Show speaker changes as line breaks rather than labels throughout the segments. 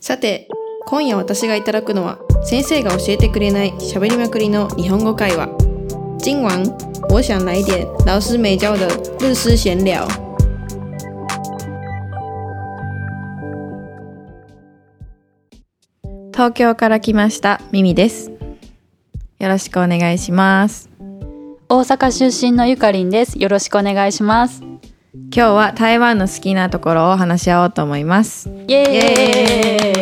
さて今夜私がいただくのは先生が教えてくれない喋りまくりの日本語会話今晚我想来点老师没教的日式闲聊
東京から来ましたミミですよろしくお願いします
大阪出身のゆかりんです。よろしくお願いします。
今日は台湾の好きなところを話し合おうと思います
イエーイ
イエ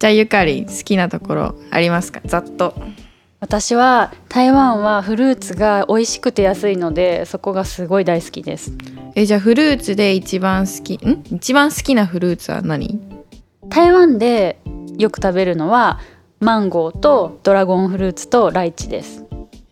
じゃあゆかり好きなところありますかざっと
私は台湾はフルーツが美味しくて安いので、そこがすごい大好きです。
えじゃあフルーツで一番好きん一番好きなフルーツは何
台湾でよく食べるのはマンゴーとドラゴンフルーツとライチです。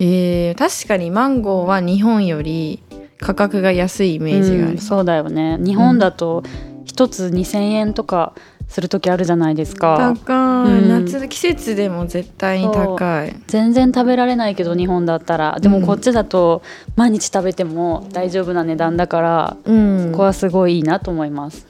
えー、確かにマンゴーは日本より価格が安いイメージがあ
う
る
ん、そうだよね。日本だと一つ2000円とかする時あるじゃないですか。
高い、
うん
夏季節でも絶対に高い
全然食べられないけど日本だったら、でもこっちだと毎日食べても大丈夫な値段だから、
うん
ここはすごいいいなと思います。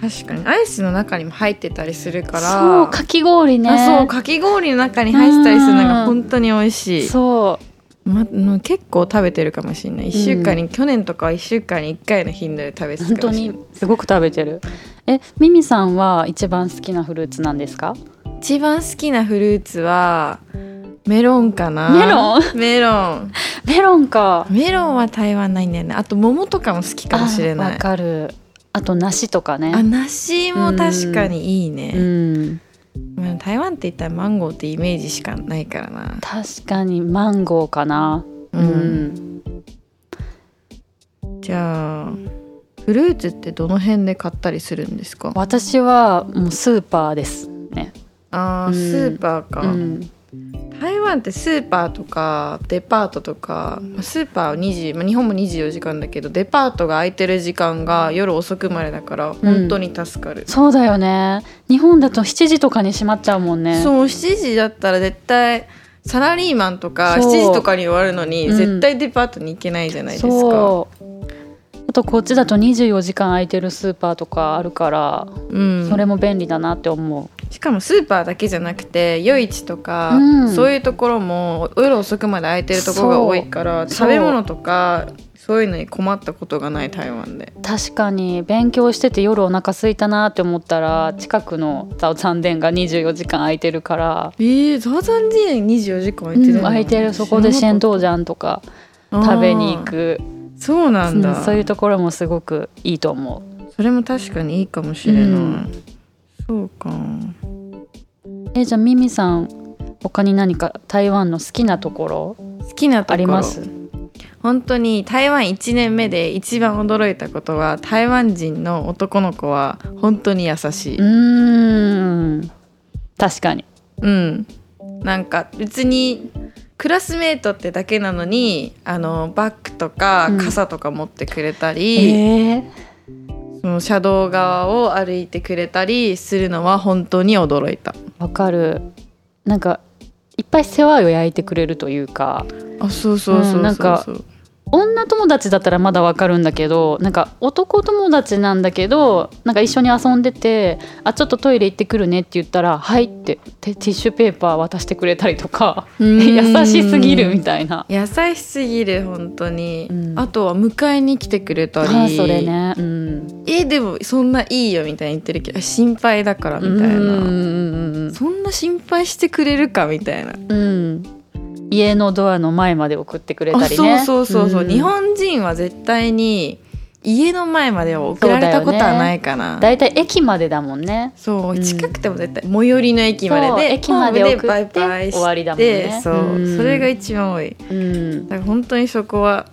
確かにアイスの中にも入ってたりするから
そうかき氷ね。
あそうかき氷の中に入ってたりするのが本当に美味しい、
そう
ま、もう結構食べてるかもしれない1週間に、去年とかは1週間に1回の頻度で食べてた
本
か
当
もしれない
にすごく食べてる。えミミさんは一番好きなフルーツなんですか？
一番好きなフルーツはメロンかな
メロン？
メロン
メロンか。
メロンは台湾ないんだよねあと桃とかも好きかもしれ
あ
な
わ
いあ
かる。あと梨とかね。
梨も確かにいいね
う、ん。
まあ台湾って言ったらマンゴーってイメージしかないからな
確かにマンゴーかな。う
うん
ん。
じゃあフルーツってどの辺で買ったりするんですか
私はもうスーパーですね。
あー、
うん
スーパーか、
うん。
台湾ってスーパーとかデパートとかまあスーパーは20、まあ、日本も24時間だけどデパートが空いてる時間が夜遅くまでだから本当に助かる、
そうだよね。日本だと7時とかに閉まっちゃうもんね。
そう7時だったら絶対サラリーマンとか7
そ
時
う
とかに終わるのに
うん
絶対デパートに行けないじゃないですか、
そうあとこっちだと24時間空いてるスーパーとかあるから、
うん、
それも便利だなって思
しかもスーパーだけじゃなくて夜市とか、
うん
そういうところも夜遅くまで空いてるところが多いから
そうそ
食
う
べ物とかそういうのに困ったことがない台湾で
う確かに勉強してて夜お腹空いたなって思ったら近くのザオ残念が24時間空いてるから、
えー、ザーザン寺園24時間空いてる
う
の
ん、空いてるそこでシェントウジャンとか食べに行く
あーそうなんだ、
うんそういうところもすごくいいと思う
それも確かにいいかもしれない、
うん
そうか
えじゃあミミさん他に何か台湾の好きなところ
好きなところ
あります、
本当に台湾1年目で一番驚いたことは台湾人の男の子は本当に優しいう
ーん確かに
うん、なんか別にクラスメートってだけなのにあのバッグとか
うん
傘とか持ってくれたり、
えー
その車道側を歩いてくれたりするのは本当に驚いた
わかるなんかいっぱい世話を焼いてくれるというか
あそうそうそうそうそう、
うんなんか女友達だったらまだわかるんだけどなんか男友達なんだけどなんか一緒に遊んでて「あちょっとトイレ行ってくるね」って言ったら「はい」ってテティッシュペーパー渡してくれたりとか優しすぎるみたいな。
優しすぎる本当に、
うん
あとは迎えに来てくれたり
あそれね、うん、
えでもそんないいよみたいに言ってるけど心配だからみたいな、
うんうん
そんな心配してくれるかみたいな
うんうん家のドアの前まで送ってくれたりね
あそうそうそうそう、
ん
日本人は絶対に家の前までは送られたことはないかな
だいたい駅までだもんね
そう,、
うん
近くても絶対最寄りの駅ま
そう
でで
駅まで
ホーム
送って
バイバイして
終わりだもんね
そう、
うん
それが一番多い
うん
だから本当にそこは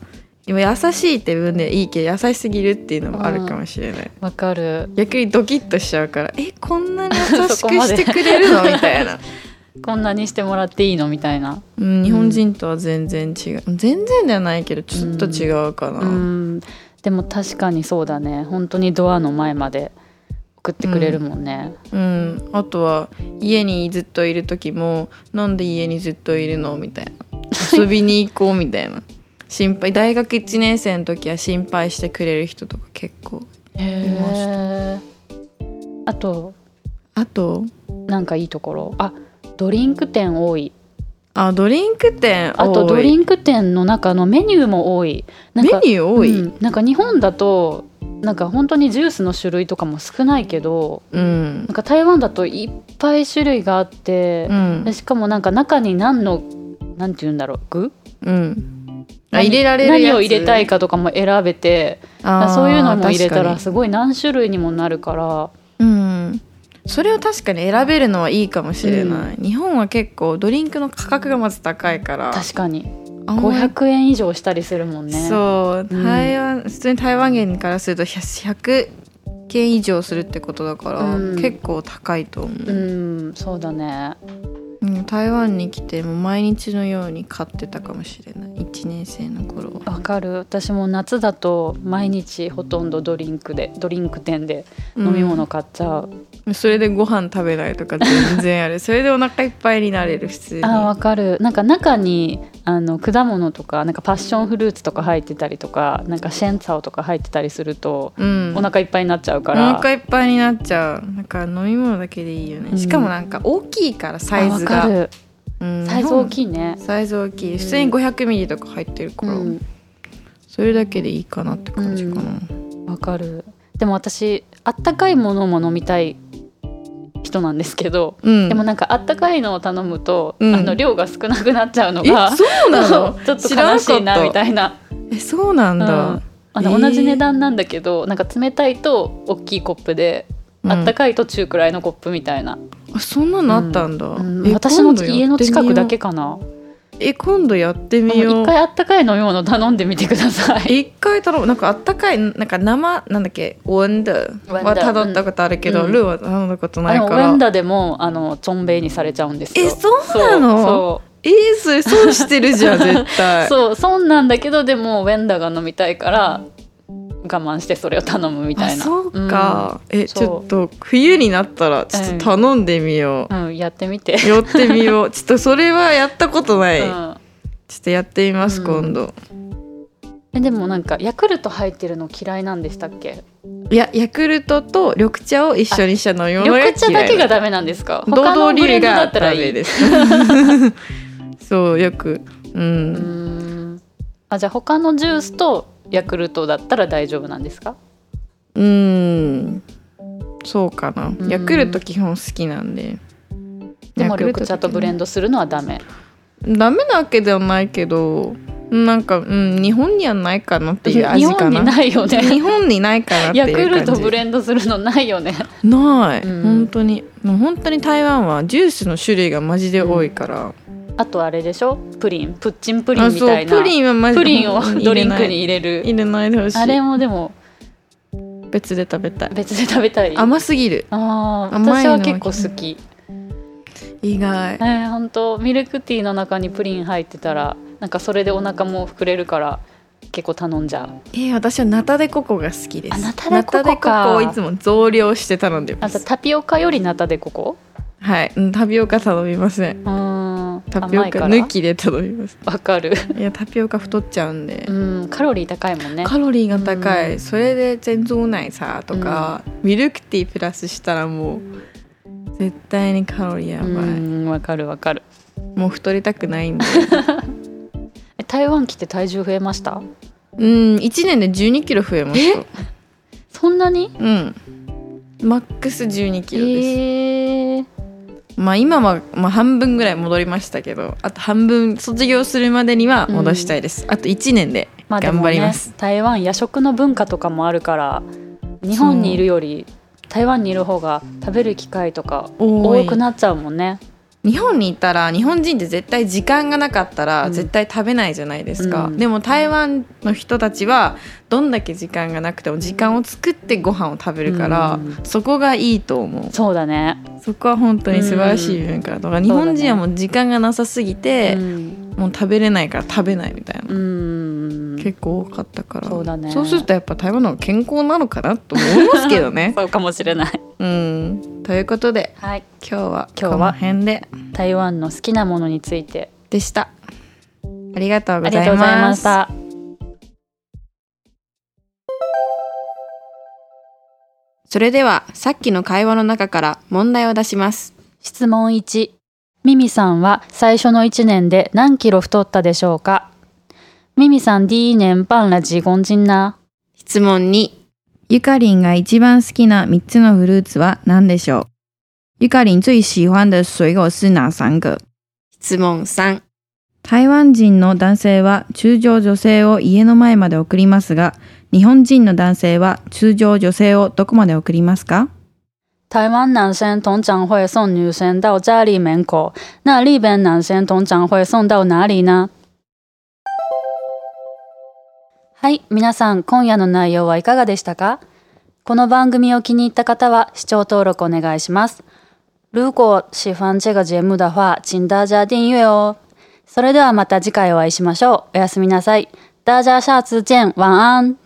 今優しいって分でいいけど優しすぎるっていうのもあるかもしれない、
わかる
逆にドキッとしちゃうからえこんなに優し
そ
く
こま
し
で
てくれ るのみたいな、
こんなにしてもらっていいのみたいな、
うん、日本人とは全然違う全然ではないけどちょっと違うかな、
うん、でも確かにそうだね本当にドアの前まで送ってくれるもんね、
うん、あとは家にずっといる時も「なんで家にずっといるの?」みたいな「遊びに行こう」みたいな心配大学1年生の時は心配してくれる人とか結構
へえあと
あと
なんかいいところあドリンク店多い
あドリンク店
あとドリ
ン
ンク店の中のメニューも多いなん
メ
か
ニュー多い、う
うんんなんか日本だとなんか本当にジュースの種類とかも少ないけど
うん
なんか台湾だといっぱい種類があって
う、ん
でしかもなんか中に何のなんて言うんだろう具
あ入れられるやつ
何を入れたいかとかも選べて
あー
そういうのも入れたら
確か
すごい何種類にもなるから
にうんそれを確かに選べるのはいいかもしれない、日本は結構ドリンクの価格がまず高いから
確かに
あんまり
500円以上したりするもんね
そう
うん
台湾、普通に台湾元からすると100件以上するってことだから、
うん
結構高いと思
う
う、
んそうだね
うん台湾に来てもう毎日のように買ってたかもしれない1年生の頃は
わかる私も夏だと毎日ほとんどドリンクでドリンク店で飲み物買っちゃう、
それでご飯食べないとか全然ある それでお腹いっぱいになれる普通に
あーわかるなんか中にあの果物とかなんかパッションフルーツとか入ってたりとかなんかシェンツァオとか入ってたりすると
うん
お腹いっぱいになっちゃう
お
から、
腹いっぱいになっちゃうなんか飲み物だけでいいよね、
うん
しかもなんか大きいからサイズ
あわか
が、
る
うん
サイズ大きいね、
サイズ大きい普通
う
に
ん
500ミリとか入ってるか
う
ら、
ん、
それだけでいいかなって感じかな、
わかるでも私あったかいものも飲みたい人なんですけど、
うん
でもなんかあったかいのを頼むと、
うん
あの量が少なくなっちゃうの
え
が
そうなの
ちょっと
知ら
悲
なか
し
っ
いなみ
た
たいな。
えそうなんだ
うん、あの
えー
同じ値段なんだけどなんか冷たいと大きいコップで、
うん
あったかいと中くらいのコップみたいな、
あそんなのあったんだ、
うん
え
私の
今度やってみ
家
よう
の近くだけかな
え今度やって
あの
みよ
一
う
回あったかい飲み物頼んでみてください
一回頼むなんかあったかいなんか生なんだっけウォンダ
ウェンダ
は頼んだことあるけど、
うん
ルーは頼んだことな
あ
い
のウ
か
ェ
ら
ンダでもあのちょんべいにされちゃうんですよ
えそうなの
そう
えー、それ損してる じゃん絶
そう
対
そうそんなんだけどでもウェンダが飲みたいから我慢してそれを頼むみた
あ
いな
そうか、え
そう
ちょっと冬になったらちょっと頼んでみよ
うん、うんやってみて
う、、寄ってみようちょっとそれはやったことない、
うん
ちょっとやってみます、
うん
今度
えでもなんかヤクルト入ってるの嫌いなんでしたっけ
いやヤクルトと緑茶を一緒にした飲み物が嫌い
緑茶だけがダメなんですか他
堂
の
々
ブ
流
レンドだ
が
った
ダ
らい
メ
い
です そうよくう
うー
ん
んあじゃあ他のジュースとヤクルトだったら大丈夫なんですか
うんそうかな、
うん
ヤクルト基本好きなんで
でも緑茶とブレ
ン
ンドするのはダメ
ドダメなわけではないけどなんか、うん、日本にはないかなっていう味
日
か
本に
な
ないよね
日本にないかなっていう
ヤ
感じ
クルトブレンドするのないよね
ない、
うん
本当にもう本当に台湾はジュースの種類がマジで多いから、
あとあれでしょプリンプッチンプリンみたい
あ
な
そうプリンはマジ
プリンをドリン
入
クに入
れ
れる
ない入れないでほしい
あれもでも
別で食べたい
別で食べたいあ
甘すぎる
あー
甘い
私
の
は結構好き
意外
えー、本当ミルクティーの中にプリン入ってたらなんかそれでお腹も膨れるから結構頼んじゃう
えー私はナタデココが好きです
あナタデココか
ナタデココをいつも増量して頼んでま
あと
す
タピオカよりナタデココ
はいうんタピオカ頼みません
うーん
タピオ
甘い
カ
から
抜きで頼みます
わかる
いやタピオカ太っちゃうんで
うんカロリー高いもんね
カロリーが高い、
うん
それで全蔵内さとか、ミルクティープラスしたらもう絶対にカロリーや
う
ばい、
んわかるわかる
もう太りたくないん で
え台湾来て体重増えました
うん1年で1 2キロ増えました
そんなに
うん。マックス1 2キロです。
えー、
まあ今は、まあ、半分ぐらい戻りましたけど、あと半分卒業するまでには戻したいです。あと1年で
まあで
頑
も
張り
ね
ます。
台湾夜食の文化とかもあるから日本にいるより台湾にいる方が食べる機会とか
多い
多くなっちゃうもんね
日本にいたら日本人って絶対時間がなかった
う
ら
ん
絶対食べないじゃないですか、
うん
でも台湾の人たちはどんだけ時間がなくても時間を作ってご飯を食べるから、
うん
そこがいいと思う
そうだね、
そこは本当に素晴らしい文化だとか、日本人はもう時間がなさすぎて
う、ん
もう食べれないから食べないみたいな
うん
結構多かったから
そうだね
するとやっぱ台湾の方が健康なのかなと思いますけど ね。
そうかもしれない、
うん、ということで
はい、
今日は
今日は
この辺で
台湾の好きなものについて
でした。ありがとう
あ
ご
りが
ざ
と
いう
ございま
ま
し
す。
た
それでは、さっきの会話の中から問題を出します。
質問1ミミさんは最初の1年で何キロ太ったでしょうかミミさん第一年半了几公斤呢
質問2、
ゆかりんが一番好きな3つのフルーツは何でしょうゆかりん最喜欢的水果是哪三个
質問3、
台湾人の男性は通常女性を家の前まで送りますが、日本人の男性は通常女性をどこまで送りますか
台湾男生通常会送女生到家里门口，那日本男生通常会送到哪里呢？はい、皆さん、今夜の内容はいかがでしたかこの番組を気に入った方は視聴登録お願いします。如果喜欢这个节目的话，请大家订阅哦。それではまた次回お会いしましょう。おやすみなさい。大家下次见。晚安。